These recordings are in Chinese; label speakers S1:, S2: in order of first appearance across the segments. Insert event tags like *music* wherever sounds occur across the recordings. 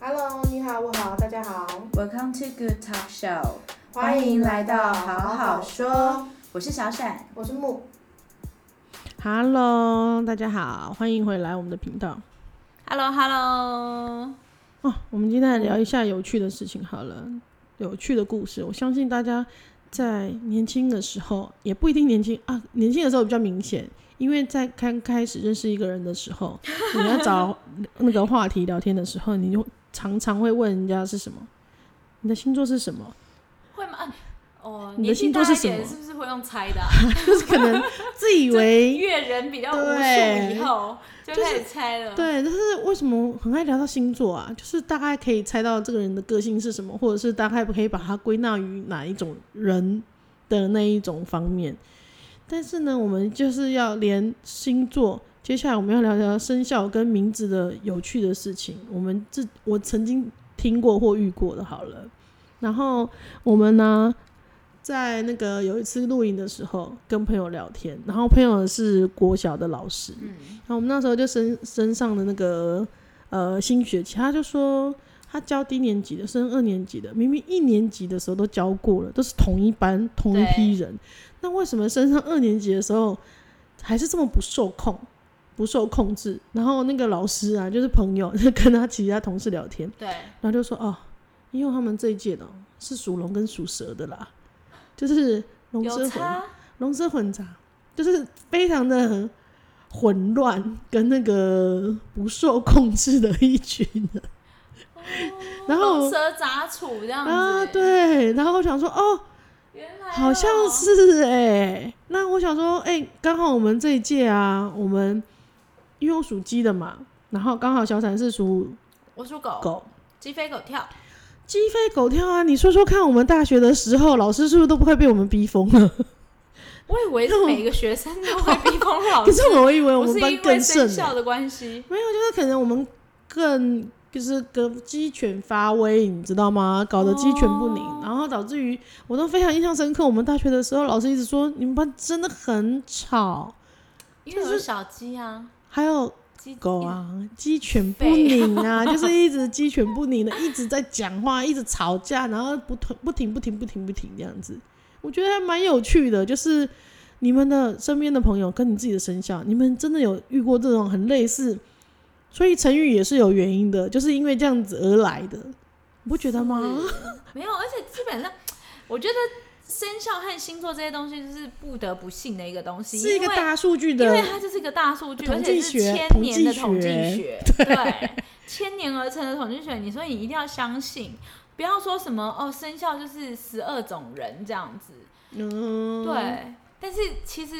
S1: Hello，你好，我好，大家好，
S2: Welcome to Good Talk Show，
S1: 欢迎来到好好说，
S2: 我是小闪。
S1: 我是木。
S3: Hello，大家好，欢迎回来我们的频道
S2: Hello Hello，
S3: 哦。我们今天来聊一下有趣的事情好了，有趣的故事。我相信大家在年轻的时候，也不一定年轻啊，年轻的时候比较明显，因为在刚开始认识一个人的时候，你要找那个话题聊天的时候，你就常常会问人家是什么，你的星座是什么，
S4: 会吗？啊哦，
S3: 你的
S4: 年纪
S3: 星座
S4: 大一
S3: 是什
S4: 点
S3: 么
S4: 是不是会用猜的啊、
S3: 就是可能自以为
S4: 阅人比较无数
S3: 对
S4: 以后，就
S3: 就是
S4: 开始猜了。
S3: 对，但是为什么很爱聊到星座啊？就是大概可以猜到这个人的个性是什么，或者是大概可以把它归纳于哪一种人的那一种方面。但是呢，我们就是要连星座，接下来我们要聊聊生肖跟名字的有趣的事情。我们这我曾经听过或遇过的，好了。然后我们呢，在那个有一次录影的时候，跟朋友聊天，然后朋友是国小的老师，
S4: 嗯
S3: 然后我们那时候就身身上的那个呃新学期，他就说他教低年级的升二年级的，明明一年级的时候都教过了，都是同一班同一批人，那为什么升上二年级的时候还是这么不受控？不受控制，然后那个老师啊，就是朋友，就跟他其他同事聊天，
S4: 对，
S3: 然后就说哦，因为他们这一届的哦是属龙跟属蛇的啦，就是龙
S4: 有
S3: 蛇混
S4: 差，
S3: 龙蛇混杂，就是非常的混乱跟那个不受控制的一群人。然后
S4: 龙蛇杂处这样子。
S3: 啊，，对，然后我想说哦，
S4: 原来哦
S3: 好像。是哎、那我想说，哎、刚好我们这一届啊，我们因为我属鸡的嘛，然后刚好小闪是属
S4: 我属狗，
S3: 狗，
S4: 鸡飞狗跳，
S3: 鸡飞狗跳啊！你说说看，我们大学的时候，老师是不是都快被我们逼疯了？
S4: 哦我以为是每个学生都会逼疯老
S3: *laughs* 可 *laughs*
S4: 师
S3: 是，我以为我
S4: 不
S3: 们
S4: 是
S3: 班
S4: 因为
S3: 更
S4: 生
S3: 甚、
S4: 肖
S3: 欸，
S4: 的关系。
S3: 没有，就是可能我们更就是个鸡犬发威，你知道吗？搞得鸡犬不宁，
S4: 哦
S3: 然后导致于我都非常印象深刻。我们大学的时候，老师一直说你们班真的很吵，
S4: 因为有小鸡啊，
S3: 还有
S4: 鸡
S3: 狗，啊，鸡犬不宁啊，就是一直鸡犬不宁的，一直在讲话，一直吵架，然后不停不停不停不停不停这样子，我觉得还蛮有趣的，就是。你们的身边的朋友跟你自己的生肖，你们真的有遇过这种很类似，所以成语也是有原因的，就是因为这样子而来的，你不觉得吗？
S4: 没有，而且基本上，我觉得生肖和星座这些东西就是不得不信的一个东西，
S3: 是一个
S4: 因为
S3: 大数据
S4: 因为
S3: 的，
S4: 它就是一个大数据，而
S3: 统
S4: 且
S3: 计
S4: 是
S3: 学
S4: 千
S3: 统
S4: 年
S3: 计
S4: 的统计
S3: 学 *laughs*
S4: 学，对，千年而成的统计学。你说你一定要相信，不要说什么哦，生肖就是十二种人这样子，
S3: 嗯，
S4: 对。但是其实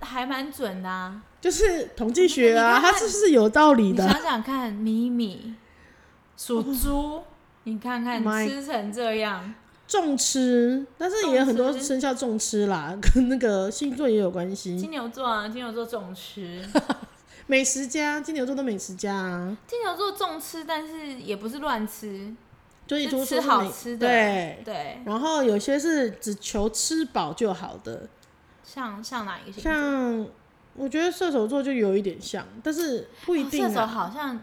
S4: 还蛮准的、啊，
S3: 就是统计学
S4: 你
S3: 啊，
S4: 看看
S3: 它是不是有道理
S4: 你
S3: 的？
S4: 想想看，米米属猪，你看看
S3: 哦 My-
S4: 吃成这样，
S3: 重吃，但是也有很多
S4: 重吃
S3: 生肖重吃啦，跟那个星座也有关系
S4: 金。牛座啊，金牛座重吃，
S3: 美食家，金牛座的美食家啊，
S4: 金牛座重吃，但是也不是乱吃，
S3: 就是
S4: 就
S3: 多
S4: 吃
S3: 说是
S4: 好
S3: 美
S4: 吃的
S3: 对。
S4: 对，
S3: 然后有些是只求吃饱就好的，
S4: 像像哪一个星座？
S3: 像我觉得射手座就有一点像，但是不一定
S4: 哦射手
S3: 啊、
S4: 好像，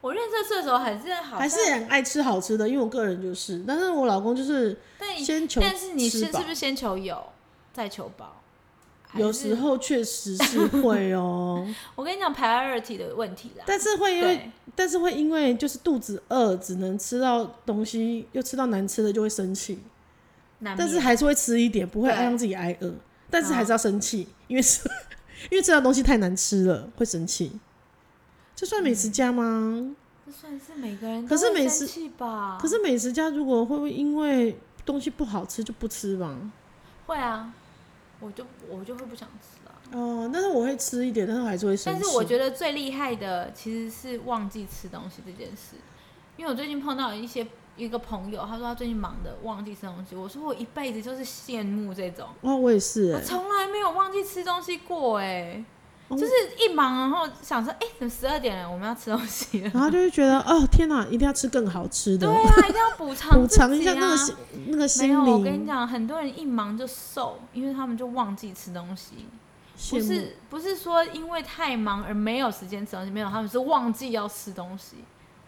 S4: 我认识的射手还是好像，
S3: 还是很爱吃好吃的，因为我个人就是，但是我老公就是
S4: 但你
S3: 先求
S4: 哎但是你是
S3: 吃
S4: 是
S3: 饱
S4: 不是先求有，再求饱？还
S3: 有
S4: 是
S3: 时候确实是会哦、
S4: *laughs* 我跟你讲 priority 的问题啦。
S3: 但是会因为
S4: 对，
S3: 但是会因为就是肚子饿，只能吃到东西，又吃到难吃的就会生气。
S4: 难免
S3: 但是还是会吃一点，不会
S4: 对哦
S3: 让自己挨饿，但是还是要生气，因为吃因为吃到东西太难吃了，会生气。这算美食家吗？
S4: 这算是每个人
S3: 可是
S4: 都会
S3: 美
S4: 生
S3: 食
S4: 气吧？
S3: 可是美食家如果会不会因为东西不好吃就不吃吧？
S4: 会啊，我就我就会不想吃啊。
S3: 哦、但是我会吃一点，但是我还是会生
S4: 但
S3: 气。
S4: 是我觉得最厉害的其实是忘记吃东西这件事，因为我最近碰到一些一个朋友，他说他最近忙的忘记吃东西，我说我一辈子就是羡慕这种。
S3: 哦，我也是、
S4: 我
S3: 欸，
S4: 从来没有忘记吃东西过哎、
S3: 哦
S4: 就是一忙然后想说，哎、怎么十二点了，我们要吃东西
S3: *laughs*
S4: 了？
S3: 然后就会觉得哦，天哪，一定要吃更好吃
S4: 对
S3: 的，
S4: 啊，一定要补偿
S3: 补
S4: 自己啊
S3: 偿一下那个心那个
S4: 没
S3: 心
S4: 有，我跟你
S3: 灵。
S4: 讲，很多人一忙就瘦，因为他们就忘记吃东西。
S3: 羡
S4: 不
S3: 慕
S4: 是不是说因为太忙而没有时间吃东西，没有，他们是忘记要吃东西，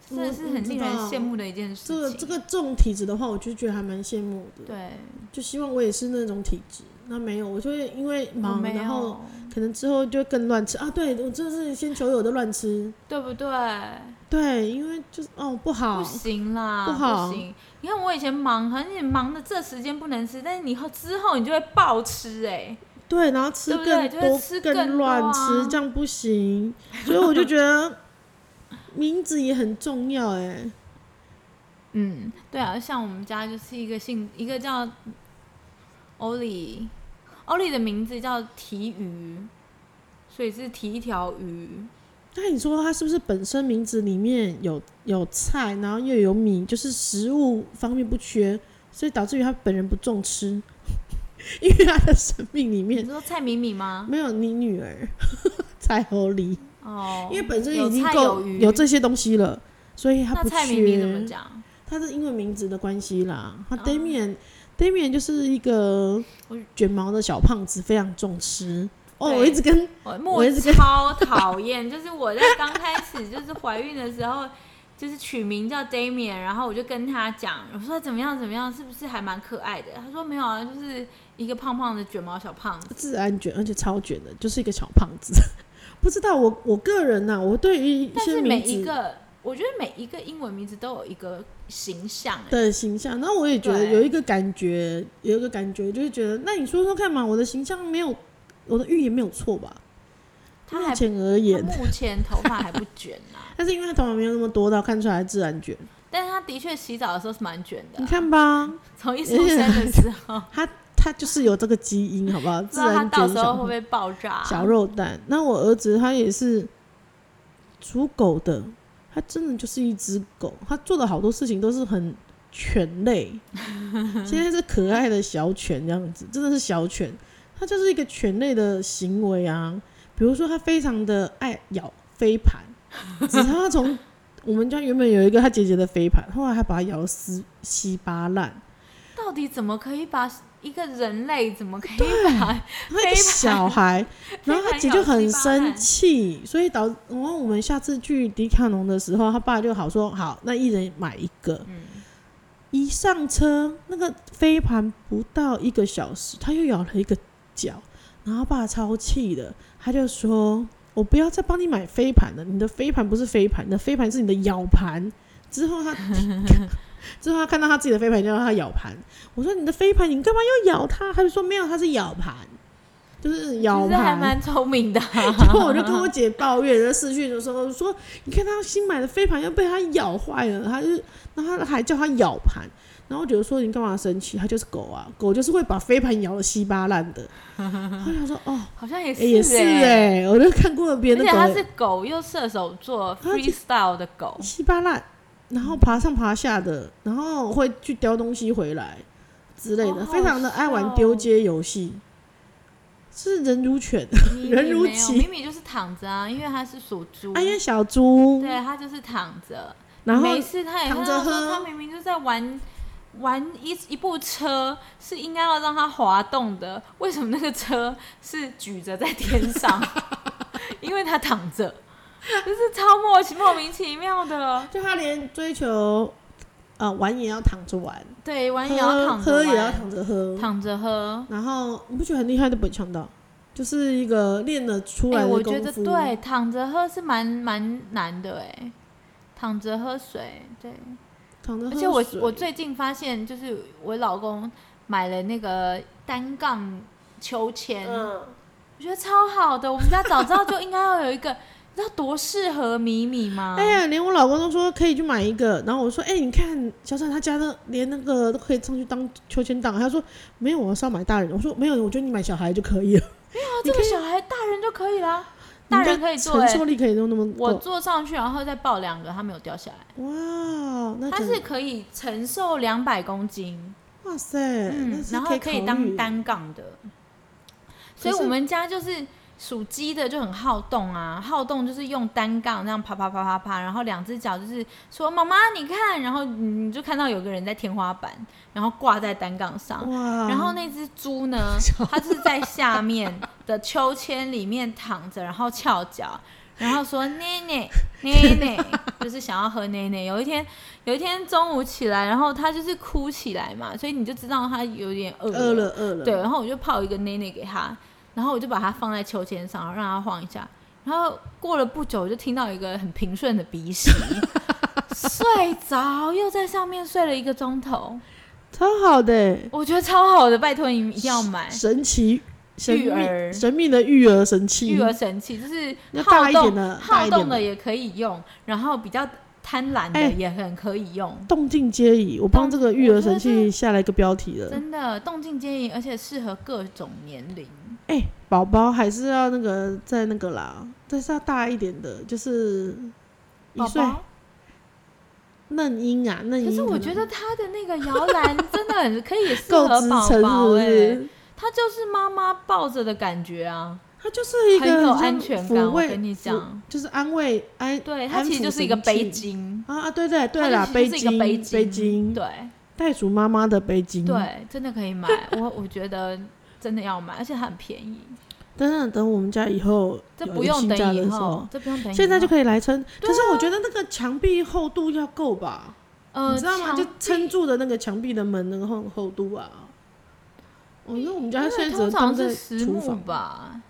S4: 真的是很令人羡慕的一件事
S3: 这
S4: 情。
S3: 个这个这种体质的话，我就觉得还蛮羡慕的。
S4: 对，
S3: 就希望我也是那种体质。那没有，我就会因为
S4: 我
S3: 忙，
S4: 没
S3: 然后
S4: 有，
S3: 可能之后就更乱吃啊。对，我真的是先求有的乱吃。
S4: 对不对？
S3: 对，因为就是哦不好，
S4: 不行啦，
S3: 不好
S4: 行。你看我以前忙，可能你忙的这时间不能吃，但是你后之后你就会暴吃哎、
S3: 对，然后吃
S4: 对不
S3: 更
S4: 对
S3: 多、
S4: 就是吃更多啊
S3: 乱吃，这样不行。所以我就觉得 *laughs* 名字也很重要哎、
S4: 嗯，对啊，像我们家就是一个姓一个叫欧里，欧里的名字叫提鱼，所以是提一条鱼。
S3: 那你说它是不是本身名字里面有有菜，然后又有米，就是食物方面不缺，所以导致于他本人不重吃， *laughs* 因为他的生命里
S4: 你
S3: 面
S4: 说蔡米米吗？
S3: 没有你女儿 *laughs* 才合理，
S4: 哦，
S3: 因为本身
S4: 有
S3: 已经
S4: 菜
S3: 够
S4: 有鱼
S3: 有这些东西了，所以他
S4: 那
S3: 不
S4: 蔡米米怎么
S3: 缺。
S4: 讲？
S3: 他是因为名字的关系啦，他
S4: 哦
S3: Damian、Damian 就是一个
S4: 我
S3: 卷毛的小胖子，非常重吃。哦，
S4: 对
S3: 我一直跟
S4: 我木
S3: 我一直跟
S4: 超讨厌， *laughs* 就是我在刚开始就是怀孕的时候，就是取名叫 Damian，然后我就跟他讲，我说怎么样怎么样，是不是还蛮可爱的？他说没有啊，就是一个胖胖的卷毛小胖子。
S3: 自然卷，而且超卷的，就是一个小胖子。 *laughs* 不知道我我个人呐、我对于一
S4: 但
S3: 些
S4: 是每
S3: 名
S4: 一
S3: 字
S4: 个，我觉得每一个英文名字都有一个形象、欸，
S3: 的形象，那我也觉得
S4: 对
S3: 有一个感觉，有一个感觉，就是觉得那你说说看嘛，我的形象没有，我的预言没有错吧？
S4: 他还
S3: 目
S4: 不
S3: 前而
S4: 哎他
S3: 言，
S4: 目前头发还不卷
S3: *laughs*
S4: 啊，
S3: 但是因为他头发没有那么多到看出来自然卷，
S4: 但是他的确洗澡的时候是蛮卷的
S3: 你
S4: 啊、
S3: 看吧，
S4: 从一出生的时候，
S3: 他他就是有这个基因，好不好？
S4: 不
S3: *laughs* 自
S4: 知道他
S3: 然
S4: 到
S3: 卷
S4: 时候
S3: 小
S4: 会不会爆炸、啊
S3: 小肉蛋。那我儿子他也是属狗的，他真的就是一只狗，他做的好多事情都是很犬类。现在是可爱的小犬这样子，真的是小犬，它就是一个犬类的行为啊。比如说，它非常的爱咬飞盘，只是它从我们家原本有一个他姐姐的飞盘，后来还把它咬得撕稀巴烂。
S4: 到底怎么可以把一个人类怎么可
S3: *laughs*
S4: 以把
S3: 他一个小孩， *laughs* 然后他姐就很生气，所以导，然后我们下次去迪卡侬的时候，他爸就好说好，那一人买一个。一上车，那个飞盘不到一个小时，他又咬了一个脚，然后他爸超气的，他就说：“我不要再帮你买飞盘了，你的飞盘不是飞盘，你的飞盘是你的咬盘。”之后他 *laughs* 之后他看到他自己的飞盘，就让他咬盘。我说：“你的飞盘，你干嘛要咬它？”他就说：“没有，它是咬盘，就是咬
S4: 其实还
S3: 盘。”
S4: 蛮聪明的、
S3: 然后我就跟我姐抱怨，在视讯的时候说：“你看她新买的飞盘又被她咬坏了，她就是，然后她还叫她咬盘。”然后我姐就说：“你干嘛生气？她就是狗啊，狗就是会把飞盘咬得稀巴烂的。”后来我说：“哦，
S4: 好像也 *laughs* 是、
S3: 欸也是
S4: 哎、
S3: 哎、我就看过别
S4: 而
S3: 人
S4: 且
S3: 的狗
S4: 他
S3: 也啊
S4: 是狗又射手座
S3: 它是
S4: ，freestyle 的狗，
S3: 稀巴烂，然后爬上爬下的，然后会去叼东西回来之类
S4: 好
S3: 的，
S4: 好
S3: 非常的爱
S4: 笑
S3: 玩
S4: 哦
S3: 丢接游戏，是人如犬，
S4: 咪咪
S3: *laughs* 人如
S4: 没有
S3: 其
S4: 咪咪就是躺着啊，因为他是属猪，
S3: 哎呀小猪，
S4: 对他就是躺着，
S3: 然后
S4: 没事他也
S3: 躺
S4: 看
S3: 着
S4: 到说
S3: 喝
S4: 他明明就在玩。玩一一部车是应该要让它滑动的，为什么那个车是举着在天
S3: *laughs*
S4: 上？因为它躺着，就是超莫莫名其妙的。
S3: 就他连追求呃玩也要躺着玩，
S4: 对，玩也要躺
S3: 喝
S4: 着玩，
S3: 喝也要躺着喝，
S4: 躺着喝。
S3: 然后你不觉得很厉害的本强道，就是一个练了出
S4: 哎、
S3: 来的
S4: 我
S3: 功夫。
S4: 觉得对，躺着喝是蛮蛮难的哎、躺着喝水，对。
S3: 躺着
S4: 而
S3: 喝水，
S4: 且我我最近发现，就是我老公买了那个单杠秋千，
S1: 嗯，
S4: 我觉得超好的。我们家早知道就应该要有一个， *laughs* 你知道多适合米米吗？
S3: 哎呀，连我老公都说可以去买一个，然后我说，哎、你看小闪他家的连那个都可以上去当秋千荡，他说没有，我是要买大人的。我说没有，我觉得你买小孩就可以了， *laughs*
S4: 啊这个小孩大人就可以啦，大
S3: 你的
S4: 人可以做、
S3: 承
S4: 哎
S3: 受力可以都那么
S4: 我
S3: 够。
S4: 坐上去，然后再抱两个，他没有掉下来，
S3: 哇，那
S4: 他
S3: 真
S4: 是可以承受两百公斤。
S3: 哇塞，那
S4: 嗯，
S3: 是
S4: 然后可
S3: 可
S4: 以
S3: 考
S4: 当
S3: 虑
S4: 单杠的，所以
S3: 可是
S4: 我们家就是属鸡的就很好动啊，好动就是用单杠这样啪啪啪啪啪，然后两只脚就是说妈妈你看，然后你就看到有个人在天花板，然后挂在单杠上，
S3: 哇，
S4: 啊然后那只猪
S3: *laughs*
S4: 呢，它是在下面的秋千里面躺着，然后翘脚，然后说奶奶奶奶，就是想要喝奶奶。有一天有一天中午起来，然后他就是哭起来嘛，所以你就知道他有点饿
S3: 饿了饿了，
S4: 对，，然后我就泡一个奶奶给他，然后我就把它放在秋千上，然后让它晃一下。然后过了不久，我就听到一个很平顺的鼻息， *laughs* 睡着，又在上面睡了一个钟头。
S3: 超好的欸，
S4: 我觉得超好的，拜托你们一定要买
S3: 神奇神
S4: 育
S3: 秘
S4: 儿
S3: 神秘的育儿神器，
S4: 育儿神器，就是
S3: 那大
S4: 好
S3: 一点
S4: 动
S3: 的，大
S4: 好
S3: 一
S4: 动
S3: 点
S4: 的也可以用，然后比较贪婪
S3: 哎
S4: 的也很可以用。
S3: 动静皆宜。我帮
S4: 动
S3: 这个育
S4: 我
S3: 儿
S4: 觉
S3: 神
S4: 得
S3: 器下了一个标题了。
S4: 真的动静皆宜，而且适合各种年龄。
S3: 哎、宝宝还是要那个在那个啦，但是要大一点的，就是一
S4: 宝
S3: 岁
S4: 宝，
S3: 嫩婴啊，嫩婴
S4: 可
S3: 能。
S4: 是我觉得他的那个摇
S3: *laughs*
S4: 篮真的很可以适
S3: 够
S4: 合
S3: 支
S4: 宝
S3: 撑是
S4: 宝
S3: 不
S4: 哎、
S3: 是？
S4: 他就是妈妈抱着的感觉啊，
S3: 它就是一个
S4: 很有
S3: 像
S4: 安全
S3: 抚
S4: 感。我
S3: 慰
S4: 跟你，讲，
S3: 抚就是安慰安
S4: 对，它
S3: 安
S4: 其实
S3: 抚
S4: 就是一个
S3: 神
S4: 背
S3: 器
S4: 巾。
S3: 啊啊，对对对
S4: 它
S3: 啦，
S4: 就
S3: 背
S4: 是一个
S3: 巾
S4: 背
S3: 背
S4: 巾，
S3: 巾，
S4: 对
S3: 袋鼠妈妈的背巾，。
S4: 对，真的可以买。我我觉得真的要买，而且它很便宜。
S3: 等等等，我们家以后
S4: 这
S3: 有
S4: 不
S3: 一个
S4: 用
S3: 新家
S4: 等
S3: 的
S4: 以
S3: 时
S4: 后啊
S3: 候，，
S4: 这不用等以后。
S3: 现在就
S4: 以，
S3: 可以来撑。可是我觉得那个墙壁厚度要够吧，
S4: 呃，
S3: 你知道吗？
S4: 墙
S3: 就撑住的那个墙壁的门那个厚厚度啊。我因为我们家
S4: 因为
S3: 现在只
S4: 通
S3: 能
S4: 常
S3: 当
S4: 是
S3: 在
S4: 实
S3: 厨
S4: 木
S3: 房。
S4: 吧，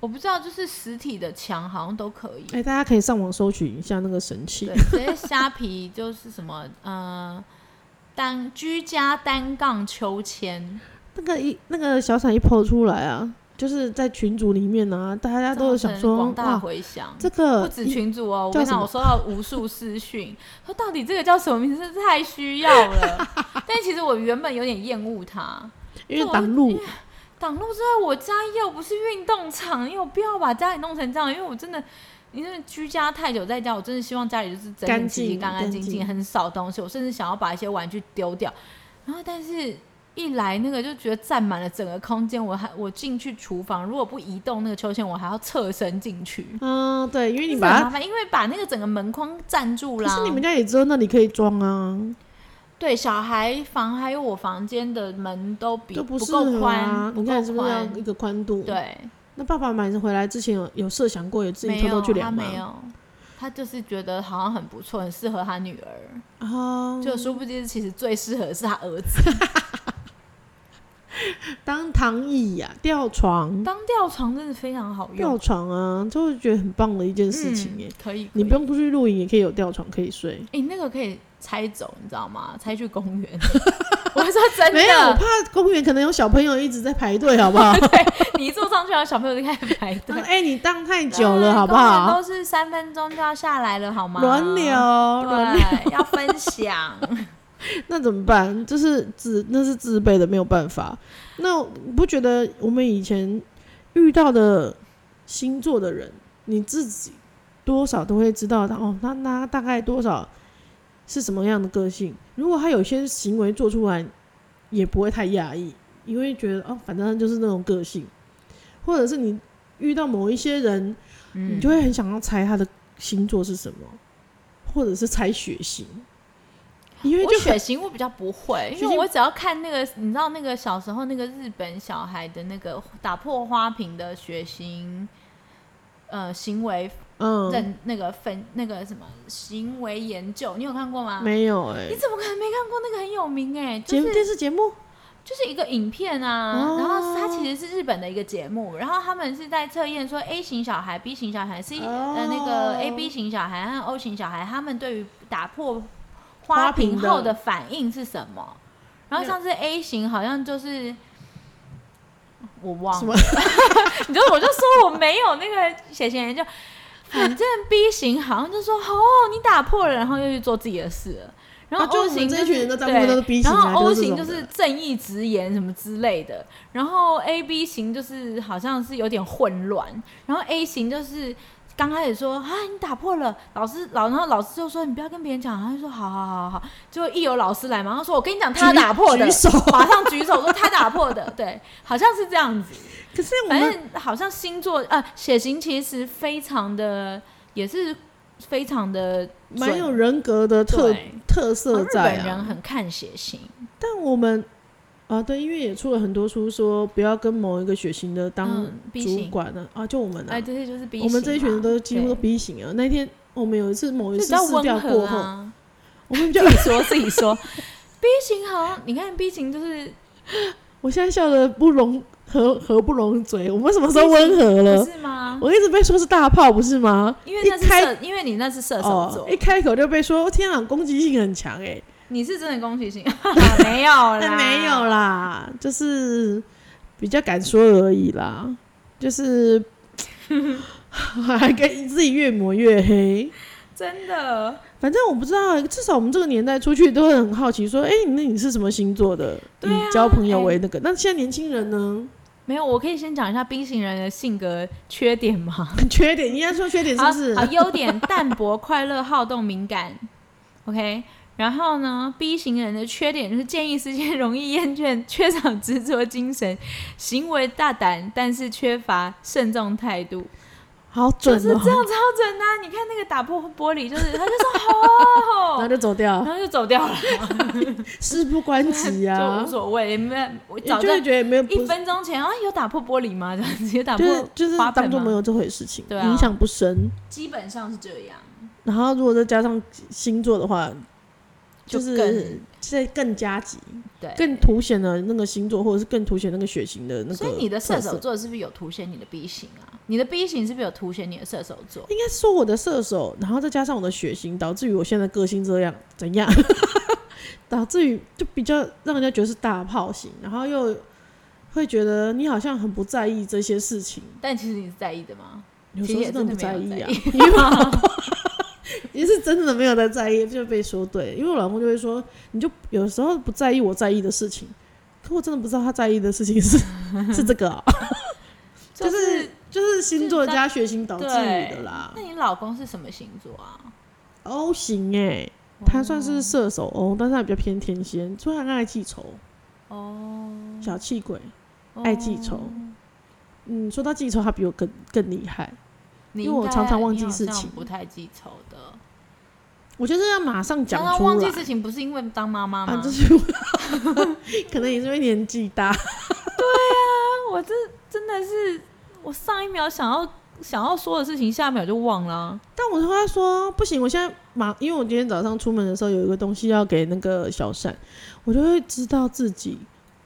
S4: 我不知道，就是实体的墙好像都可以。
S3: 哎，大家可以上网搜寻一下那个神器
S4: 对，，直接虾皮就是什么，呃，单居家单杠秋千，
S3: 那个一那个小闪一抛出来啊，就是在群组里面啊，大家都有
S4: 造
S3: 想
S4: 成
S3: 说
S4: 广大
S3: 哇，
S4: 回响。
S3: 这个
S4: 不止
S3: 一
S4: 群主哦，我
S3: 叫
S4: 跟你
S3: 什
S4: 讲，
S3: 么
S4: 我收到无数私讯，说到底这个叫什么名字，真是太需要了。 *laughs* 但其实我原本有点厌恶它，
S3: 因为挡路，
S4: 挡路之外，我家又不是运动场，因为我不要把家里弄成这样，因为我真的。因为居家太久在家，我真的希望家里就是整
S3: 干
S4: 整齐齐、
S3: 净
S4: 干干净
S3: 干净
S4: 净，很少东西。我甚至想要把一些玩具丢掉，然后但是一来那个就觉得占满了整个空间，我还我进去厨房，如果不移动那个秋千，我还要侧身进去。
S3: 嗯，对，因为你
S4: 很
S3: 把它
S4: 麻，烦，因为把那个整个门框占住
S3: 可
S4: 啦。
S3: 是你们家也只有那里可以装啊，
S4: 对小孩房还有我房间的门都比
S3: 就不适
S4: 够
S3: 合啊
S4: 宽，。不
S3: 你
S4: 够
S3: 看是不是要
S4: 宽
S3: 一个宽度？。
S4: 对，
S3: 那爸爸买回来之前有有设想过，有自己
S4: 没
S3: 偷偷
S4: 有
S3: 去
S4: 他
S3: 量
S4: 没
S3: 吗？
S4: 有，他就是觉得好像很不错，很适合他女儿。
S3: 啊，
S4: 就殊不知，其实最适合的是他儿子
S3: 当躺椅呀、吊床，
S4: 当吊床，真的非常好
S3: 吊
S4: 用嗯
S3: 床啊，就会觉得很棒的一件
S4: 的
S3: 事情耶。
S4: 可以，
S3: 你
S4: 可以
S3: 不。用出去露营，也可以有吊床可以睡。
S4: 哎、那个可以拆走，你知道吗？拆去公
S3: *laughs*
S4: 园。我说真
S3: 没有，我
S4: 的
S3: 怕，公园可能有小朋友一直在排队，好不 *laughs* 好？
S4: 你一坐上去，然后小朋友就开始排队
S3: 嗯。哎、你当 *laughs* 太久了，好不
S4: 公园
S3: 好？
S4: 都是三分钟就要下来了，好吗？
S3: 轮流，轮流，
S4: 对，啊要分享。
S3: 那怎么办？就是自那是自备的，没有办法。那你不觉得我们以前遇到的星座的人，你自己多少都会知道他哦，他他大概多少是什么样的个性？如果他有些行为做出来，也不会太讶异，因为觉得哦，反正就是那种个性，或者是你遇到某一些人，你
S4: 嗯
S3: 就，会很想要猜他的星座是什么，或者是猜血型，因为
S4: 我
S3: 就很
S4: 血型我比较不会，
S3: 血
S4: 因
S3: 型
S4: 为我只要看那个，你知道那个小时候那个日本小孩的那个打破花瓶的血型，呃，行为
S3: 嗯
S4: 认、那个分那个什么行为研究，你有看过吗？
S3: 没有哎、
S4: 你怎么可能没看过？那个很有名哎、
S3: 节
S4: 啊就
S3: 目
S4: 是
S3: 电视节目
S4: 就是一个影片啊，
S3: 哦
S4: 然后它其实是日本的一个节目，然后他们是在测验说 A 型小孩、B 型小孩、C、
S3: 哦
S4: 呃那个 A B 型小孩和 O 型小孩，他们对于打破
S3: 花
S4: 花
S3: 瓶
S4: 瓶
S3: 的
S4: 后的反应是什么？然后上次 A 型好像就是我忘
S3: 什
S4: 了
S3: 么，
S4: 你知道我就说我没有那个血型研究，反正 B 型好像就说哦你打破了，然后又去做自己的事了。然
S3: 啊
S4: 后
S3: 就
S4: O
S3: 我们
S4: 型
S3: 这一
S4: 就
S3: 群人
S4: 是
S3: 都大部分都是 B
S4: 对，然
S3: 型啊
S4: 后
S3: 就
S4: O
S3: 是这
S4: 型
S3: 种
S4: 就
S3: 的
S4: 是正义直言什么之类的，然后 A B 型就是好像是有点混乱，然后 A 型就是刚开始说啊你打破了，老师老然后老师就说你不要跟别人讲，他就说好好好好，结果一有老师来嘛，他说我跟你讲他
S3: 举
S4: 打破的
S3: 举，手，
S4: 马上举手说他打破的，对，好像是这样子，
S3: 可是我
S4: 反
S3: 们
S4: 正好像星座呃血型其实非常的也是非常的
S3: 蛮有人格的特
S4: 对
S3: 特
S4: 哦
S3: 色
S4: 日
S3: 在
S4: 本人
S3: 啊。
S4: 很看血型，
S3: 但我们啊，对，因为也出了很多书说不要跟某一个血型的当
S4: 嗯，B
S3: 主
S4: 型
S3: 管的、啊，就我们、啊
S4: 哎，这些就是 B 型嘛。
S3: 我们这一群人都几乎都
S4: 对
S3: B 型啊。那天我们有一次某一
S4: 就比
S3: 次
S4: 较
S3: 试
S4: 温
S3: 调过
S4: 和
S3: 后，
S4: 啊。
S3: 我们比较
S4: 自己说自己说，B 型好像你看 B 型就是
S3: *laughs* 我现在笑的不容合合不拢嘴，我们什么时候温和
S4: 不
S3: 了？
S4: 是啊吗？
S3: 我一直被说是大炮，不是吗？
S4: 因为
S3: 一
S4: 那是
S3: 开哦
S4: 射，因为你那是射手座，
S3: 一开口就被说，天啊，攻击性很强哎、
S4: 你是真的攻
S3: *laughs*
S4: 击性，没有啦，
S3: 那没有啦，就是比较敢说而已啦，就是
S4: *laughs*
S3: 还跟自己越抹越黑。
S4: 真的。
S3: 反正我不知道，至少我们这个年代出去都会很好奇，说，哎、那你是什么星座的？
S4: 对啊
S3: 以交朋友
S4: 哎
S3: 为那个。那现在年轻人呢？ *laughs*
S4: 没有，我可以先讲一下 B 型人的性格缺点吗？
S3: 缺点，应该说缺点是
S4: 好
S3: 不是？
S4: 好，优点淡泊、快乐、好动、敏感。OK，然后呢，B 型人的缺点就是见异思迁、容易厌倦、缺少执着精神、行为大胆，但是缺乏慎重态度。
S3: 好
S4: 就
S3: 准
S4: 是
S3: 哦、
S4: 这样超准啊！你看那个打破玻璃，就是他就说
S3: 然后 *laughs*
S4: 哦，
S3: 就走掉
S4: 然，后就走掉了，
S3: *laughs* 事不关己
S4: *laughs* 就
S3: 啊
S4: 无，所谓，没我
S3: 你
S4: 早
S3: 就
S4: 在
S3: 会觉得没有不
S4: 一分钟前啊有打破玻璃吗？这样直接打
S3: 就
S4: 破
S3: 是就是
S4: 花
S3: 当
S4: 盆
S3: 做没
S4: 吗？
S3: 有这回事情，
S4: 对啊
S3: 影响不深。
S4: 基本上是这样，
S3: 然后如果再加上星座的话，
S4: 就是更
S3: 再更加急，
S4: 对。
S3: 更凸显了那个星座，或者是更凸显那个血型的那个。
S4: 所以你的射
S3: 射
S4: 手，座是不是有凸显你的 B 型啊？你的 B 型是不是有凸显你的射手
S3: *laughs*
S4: 座？
S3: 应该说我的射手，然后再加上我的血型，导致于我现在个性这样，怎样？ *laughs* 导致于就比较让人家觉得是大炮型，然后又会觉得你好像很不在意这些事情，
S4: 但其实你是在意的
S3: *laughs*
S4: 吗？
S3: 有
S4: 其实
S3: 时候
S4: 也
S3: 是
S4: 真
S3: 真的
S4: 的
S3: 不在
S4: 没
S3: 意
S4: 有
S3: 啊
S4: 在意， *laughs*
S3: 因为我也是真的没有在在意，就被说对。因为我老公就会说，你就有时候不在意我在意的事情，可我真的不知道他在意的事情是 *laughs* 是这个、啊， *laughs* 就是是就是星座加血型导致你的啦
S4: 那。你老公是什么星座啊？
S3: O 型哎、他算是射手 O，但是他比较偏天蝎，所以他很爱记仇，
S4: 哦，
S3: 小气鬼，爱记仇。嗯，说到记仇，他比我更更厉害。
S4: 你
S3: 因为我
S4: 应该
S3: 常常忘记
S4: 你好
S3: 事
S4: 像
S3: 情
S4: 不太记仇的。
S3: 我觉得要马上讲
S4: 常
S3: 出
S4: 常
S3: 来。
S4: 哦忘记事情不是因为当妈妈吗？
S3: 啊，就是 *laughs* 可能也是因为年纪大，
S4: 啊我这真的是，我上一秒想要想要说的事情，下一秒就忘了啊。
S3: 但我就跟他说不行，我现在马，因为我今天早上出门的时候有一个东西要给那个小善，我就会知道自己，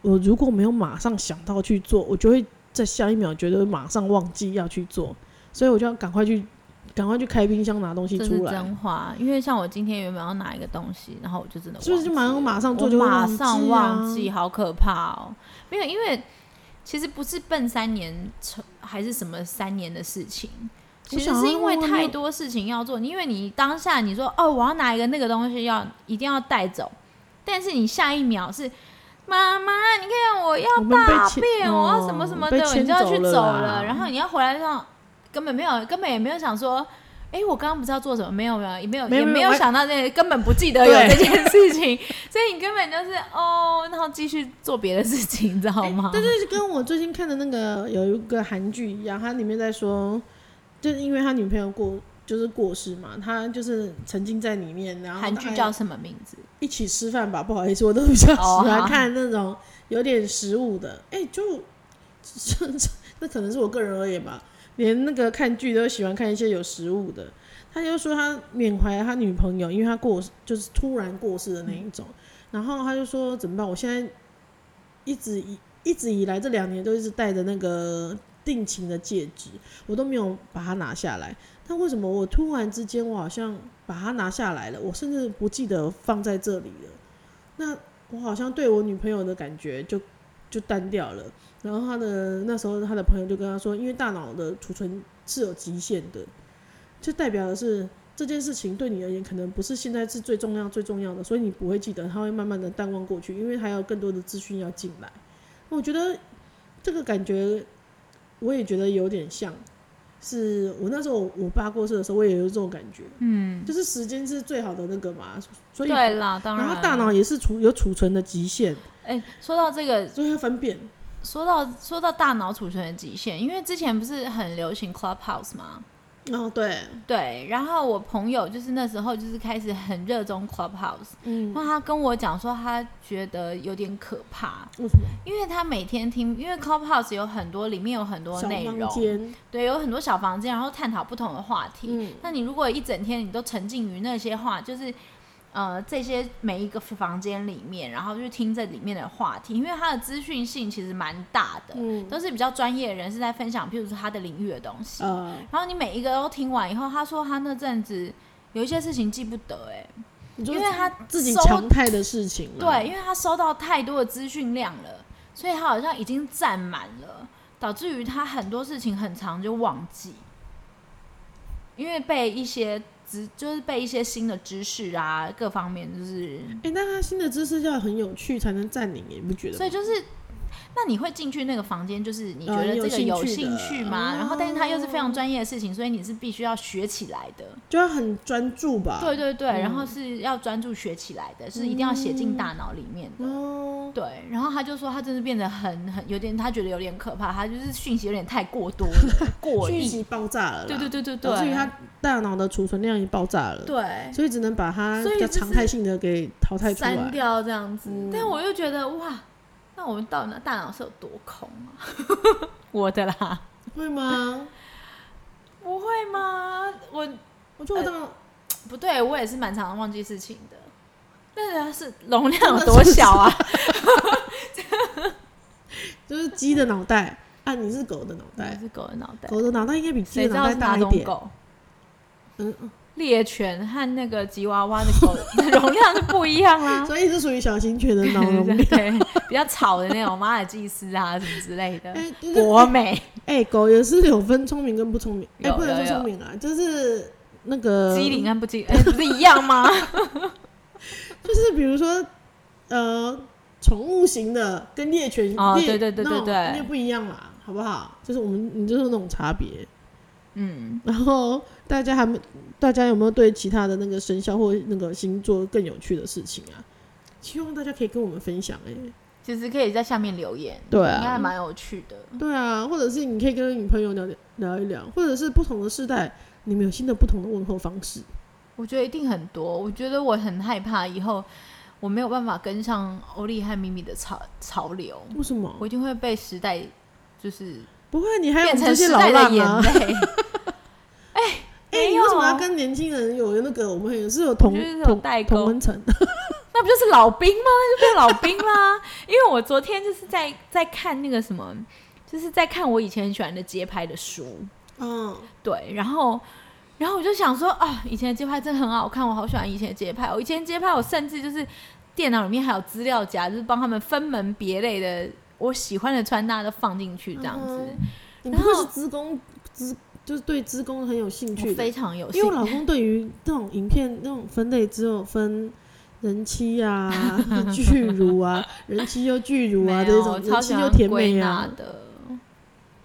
S3: 我如果没有马上想到去做，我就会在下一秒觉得马上忘记要去做，所以我就要赶快去，赶快去开冰箱拿东西
S4: 这是
S3: 出来。
S4: 真话，因为像我今天原本要拿一个东西，然后我就真的
S3: 是不是就马上
S4: 忘记了
S3: 马上做
S4: 我
S3: 就会
S4: 马
S3: 忘记啊
S4: 上忘记，好可怕哦！没有，因为其实不是笨三年成还是什么三年的事情，
S3: 我
S4: 其实
S3: 想要
S4: 是因为
S3: 问问
S4: 太
S3: 你
S4: 多事情要做，因为你当下你说哦，我要拿一个那个东西要一定要带走，但是你下一秒是妈妈，你看我要
S3: 我们被
S4: 大
S3: 牵
S4: 便，我要什么什么的，
S3: 哦被
S4: 你
S3: 牵
S4: 就要去
S3: 走了
S4: 走
S3: 啦
S4: 了，然后你要回来上，根本没有，根本也没有想说。哎，我刚刚不知道做什么，没有没有，也没有
S3: 没有
S4: 也
S3: 没有
S4: 没有
S3: 我
S4: 想到这，根本不记得有
S3: 对
S4: 这件事情， *laughs* 所以你根本就是哦，然后继续做别的事情，你知道吗？
S3: 但是跟我最近看的那个有一个韩剧一样，它里面在说，就是因为他女朋友过就是过世嘛，他就是沉浸在里面，然后
S4: 韩剧
S3: 他
S4: 叫什么名字？
S3: 一起吃饭吧，不好意思，我都比较喜
S4: 哦
S3: 欢
S4: 好
S3: 看那种有点食物的。哎、就 *laughs* 那可能是我个人而言吧，连那个看剧都喜欢看一些有食物的。他就说他缅怀他女朋友，因为他过就是突然过世的那一种，然后他就说怎么办？我现在一直以一直以来这两年都一直戴着那个定情的戒指，我都没有把它拿下来。但为什么我突然之间我好像把它拿下来了？我甚至不记得放在这里了。那我好像对我女朋友的感觉就就淡掉了。然后他的那时候他的朋友就跟他说，因为大脑的储存是有极限的，就代表的是这件事情对你而言可能不是现在是最重要最重要的，所以你不会记得，它会慢慢的淡忘过去，因为还有更多的资讯要进来。我觉得这个感觉，我也觉得有点像，是我那时候我我爸过世的时候，我也有这种感觉，
S4: 嗯，
S3: 就是时间是最好的那个嘛，所以
S4: 对啦，当
S3: 然
S4: 然。
S3: 后大脑也是储有储存的极限，
S4: 哎，说到这个，
S3: 所以要分辨。
S4: 说到说到大脑储存的极限，因为之前不是很流行 Clubhouse 吗？
S3: 哦，对，
S4: 对，然后我朋友就是那时候就是开始很热衷 Clubhouse，
S3: 嗯，
S4: 那他跟我讲说他觉得有点可怕，
S3: 为什么？
S4: 因为他每天听，因为 Clubhouse 有很多里面有很多
S3: 小
S4: 内
S3: 房
S4: 容，
S3: 间，
S4: 对，有很多小房间，然后探讨不同的话题。
S3: 嗯
S4: 那你如果一整天你都沉浸于那些话，就是呃这些每一个房间里面，然后就听这里面的话题，因为它的资讯性其实蛮大的，
S3: 嗯，
S4: 都是比较专业的人士在分享，譬如说他的领域的东西。
S3: 呃，
S4: 然后你每一个都听完以后，他说他那阵子有一些事情记不得、欸，
S3: 你
S4: 因
S3: 就
S4: 为他
S3: 自己
S4: 收
S3: 常态的事情了，
S4: 对，因为他收到太多的资讯量了，所以他好像已经占满了，导致于他很多事情很长就忘记，因为被一些知就是被一些新的知识啊各方面就是，
S3: 哎，那他新的知识要很有趣才能占领，你不觉得吗？
S4: 所以就是。那你会进去那个房间，就是你觉
S3: 呃
S4: 得
S3: 有
S4: 这个有
S3: 兴趣
S4: 兴
S3: 的
S4: 趣吗？然后，但是它又是非常专业的事情，所以你是必须要学起来的。
S3: 就要很专注吧。
S4: 对对对，然后是要专注学起来的，是一定要写进大脑里面的。
S3: 哦，
S4: 对，然后他就说他真的变得很很有点，他觉得有点可怕，他就是讯息有点太过
S3: *laughs*
S4: 多了，过
S3: 讯
S4: 亿。
S3: 息爆炸了啦，
S4: 对对对对
S3: 导致于
S4: 对，
S3: 他大脑的储存量也爆炸了，，
S4: 对
S3: 所以只能把它
S4: 所以
S3: 比较
S4: 就是
S3: 常态性的给淘汰出
S4: 删
S3: 来。嗯
S4: 掉这样子，但我又觉得哇，那我们到底大脑是有多空啊？ *laughs* 我的啦，
S3: 会吗？
S4: 不会吗？我
S3: 我觉得我大
S4: 呃
S3: 脑
S4: 不对，我也是蛮常忘记事情的。那是容量有多小啊？
S3: 就是鸡的脑袋，啊，你是狗的脑
S4: 我
S3: 袋，
S4: 是狗的脑袋，
S3: 狗的脑袋应该比鸡
S4: 嗯谁
S3: 的
S4: 知
S3: 脑
S4: 道
S3: 袋
S4: 是哪
S3: 大一
S4: 种
S3: 点。
S4: 狗？
S3: 嗯，嗯
S4: 猎犬和那个吉娃娃的狗 *laughs* 容量是不一样
S3: *laughs*
S4: 啊。
S3: 所以是属于小型犬的脑
S4: *laughs*
S3: 容量。
S4: 对，比较吵的那种马尔济斯啊什么之类的，
S3: 哎，就是
S4: 博美、
S3: 哎，狗也是有分聪明跟不聪明，哎，
S4: 有
S3: 不能说
S4: 有有
S3: 聪明啊，就是那个
S4: 机灵，和不机，哎，不是一样吗？
S3: 就是比如说呃，宠物型的跟猎犬
S4: 哦
S3: 猎
S4: 对对对对
S3: 那种
S4: 对
S3: 那不一样啦，好不好？就是我们你就是那种差别。
S4: 嗯，
S3: 然后大家还没，大家有没有对其他的那个生肖或那个星座更有趣的事情啊？希望大家可以跟我们分享哎、
S4: *laughs* 其实可以在下面留言，
S3: 对
S4: 应该还
S3: 啊，
S4: 蛮有趣的。
S3: 对啊，或者是你可以跟你朋友聊聊一聊，或者是不同的世代，你们有新的不同的问候方式。
S4: 我觉得一定很多，我觉得我很害怕以后我没有办法跟上欧丽和咪咪的潮潮流，
S3: 为什么
S4: 我？一定会被时代就是
S3: 不会，你还有我
S4: 变
S3: 们这
S4: 成
S3: 些
S4: 时
S3: 老
S4: 代的
S3: 辣
S4: 眼
S3: 吗？
S4: 泪。 *laughs*
S3: 哎、
S4: 没
S3: 你
S4: 有
S3: 为什么要跟年轻人有那个？我们也是有同
S4: 我觉得是有
S3: 同
S4: 代沟
S3: 同温层，
S4: 那不就是老兵吗？那就变老兵啦。 *laughs* 因为我昨天就是在在看那个什么，就是在看我以前很喜欢的街拍的书，
S3: 嗯，
S4: 对，然后。然后我就想说啊，以前的街拍真的很好看，我好喜欢以前的街拍。我以前的街拍，我甚至就是电脑里面还有资料夹，就是帮他们分门别类的我喜欢的穿搭都放进去，这样子，
S3: *laughs* 你
S4: 然
S3: 不
S4: 后
S3: 会是职工职就是对职工很有兴
S4: 我
S3: 趣的
S4: 非？常有
S3: 因为
S4: 兴
S3: 我
S4: 趣。
S3: 老公对于这种影片那种分类只有分人妻
S4: *laughs*
S3: 啊、巨乳啊、人妻又巨乳啊
S4: 没
S3: 这
S4: 有，
S3: 种，
S4: 我超
S3: 人
S4: 喜
S3: 妻又
S4: 欢
S3: 甜
S4: 归
S3: 美
S4: 纳
S3: 啊，
S4: 的。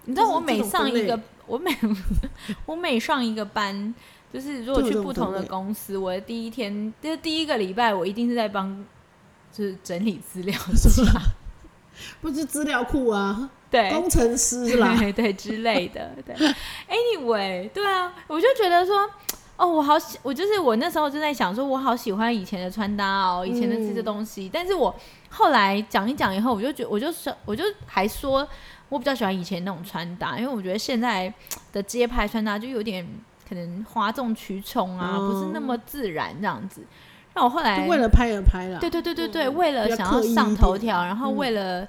S4: 你知道我每上一
S3: 就是这
S4: 个
S3: 种，
S4: 我每 *laughs* 我每上一个班，就是如果
S3: 就有
S4: 去
S3: 这种
S4: 不同的
S3: 分类
S4: 公司，我的第一天，就是第一个礼拜，我一定是在帮，就是整理资
S3: *laughs*
S4: 料夹，
S3: 不是资料库啊、
S4: 对，
S3: 工程师
S4: *laughs*
S3: 啦，
S4: 对对之类的，对。Anyway，对啊，我就觉得说，哦，我好喜，我就是我那时候就在想说，我好喜欢以前的穿搭哦，以前的这些
S3: 嗯
S4: 东西。但是我后来讲一讲以后，我就觉，我就说，我就还说我比较喜欢以前那种穿搭，因为我觉得现在的街拍穿搭就有点可能哗众取宠啊，不是那
S3: 嗯
S4: 么自然这样子。那我后来
S3: 就为了拍而拍啦。
S4: 对对对对对，
S3: 嗯
S4: 为了
S3: 比较
S4: 想
S3: 刻
S4: 要
S3: 意一
S4: 上头
S3: 点
S4: 条，然后
S3: 嗯
S4: 为了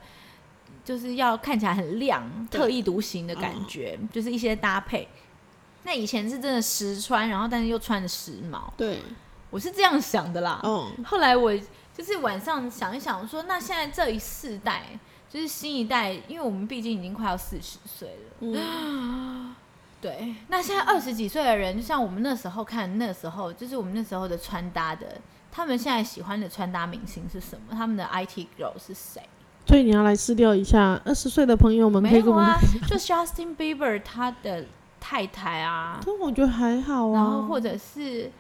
S4: 就是要看起来很亮、特立独行的感
S3: 嗯
S4: 觉，就是一些搭配。那以前是真的实穿，然后但是又穿的时髦，
S3: 对，
S4: 我是这样想的啦。
S3: 哦，
S4: *laughs* 后来我就是晚上想一想说，那现在这一世代，就是新一代，因为我们毕竟已经快要四十岁了。
S3: 嗯，
S4: 对，那现在二十几岁的人，就像我们那时候看，那时候就是我们那时候的穿搭的，他们现在喜欢的穿搭明星是什么？他们的 IT girl 是谁？
S3: 所以你要来试掉一下，二十岁的朋友们可
S4: 没
S3: 以跟
S4: 有
S3: 我们
S4: 啊，就 Justin Bieber 他的太太啊，
S3: 但我觉得还好啊。
S4: 然后或者是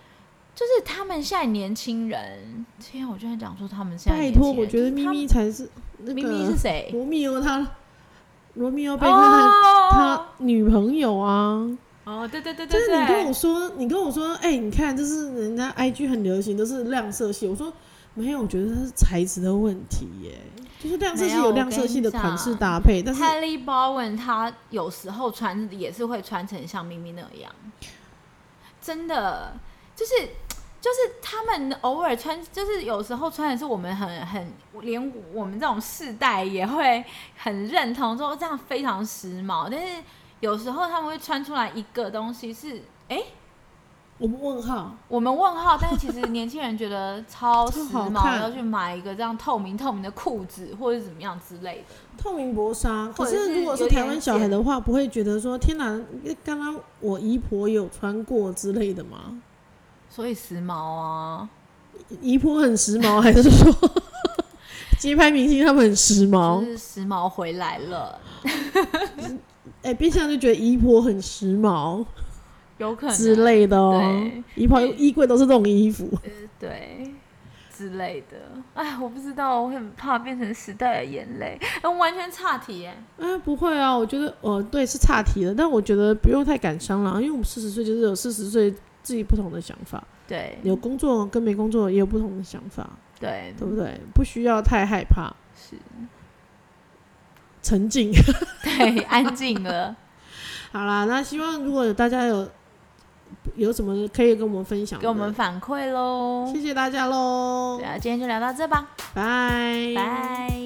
S4: 就是他们现在年轻人，天啊，我就在讲说他们现在
S3: 拜
S4: 年
S3: 托，
S4: 轻人，
S3: 我觉得
S4: 就是
S3: 咪
S4: 他们
S3: 咪才是那
S4: 咪咪是
S3: 个
S4: 谁？
S3: 罗密欧他罗密欧被他
S4: 哦，
S3: 他女朋友啊，
S4: 哦，对对对
S3: 就
S4: 对
S3: 是你跟我
S4: 对，
S3: 说，你跟我说，哎、你看，就是人家 IG 很流行，都是亮色系。我说没有，我觉得它是材质的问题耶，就是亮色系
S4: 没有
S3: 亮色系的
S4: 我跟你
S3: 款式
S4: 讲
S3: 搭配，但是
S4: Kelly Bowen 她有时候穿也是会穿成像咪咪那样，真的就是就是他们偶尔穿，就是有时候穿的是我们很很连我们这种世代也会很认同说这样非常时髦，但是有时候他们会穿出来一个东西是哎。诶
S3: 我们问号，
S4: 我们问号，但是其实年轻人觉得超时
S3: 好
S4: 髦，
S3: 看
S4: 要去买一个这样透明透明的裤子或者怎么样之类的。
S3: 透明薄纱。可
S4: 或者是
S3: 是如果是
S4: 有
S3: 台
S4: 点
S3: 湾小孩的话，不会觉得说天哪，刚刚我姨婆也有穿过之类的吗？
S4: 所以时髦啊
S3: 姨婆很时髦，还是说 *laughs* 街拍明星他们很时髦
S4: 就？是时髦回来了，
S3: 哎、冰箱就觉得姨婆很时髦
S4: 有可能
S3: 之类的哦、
S4: 啊对
S3: 姨婆衣柜都是这种衣服。
S4: 对之类的。哎，我不知道，我很怕变成时代的眼泪。哎，完全岔题耶。
S3: 哎，不会啊，我觉得，呃，对，是岔题了，但我觉得不用太感伤了，因为我们四十岁就是有四十岁自己不同的想法，
S4: 对
S3: 有工作跟没工作也有不同的想法，
S4: 对，
S3: 对不对？不需要太害怕，
S4: 是，
S3: 沉 *laughs* 静。
S4: 对，安静
S3: *laughs*
S4: 了。
S3: 好啦，那希望如果大家有有什么可以跟我们分享的，
S4: 给我们反馈喽。
S3: 谢谢大家喽啊
S4: 对，啊，今天就聊到这吧，
S3: 拜
S4: 拜。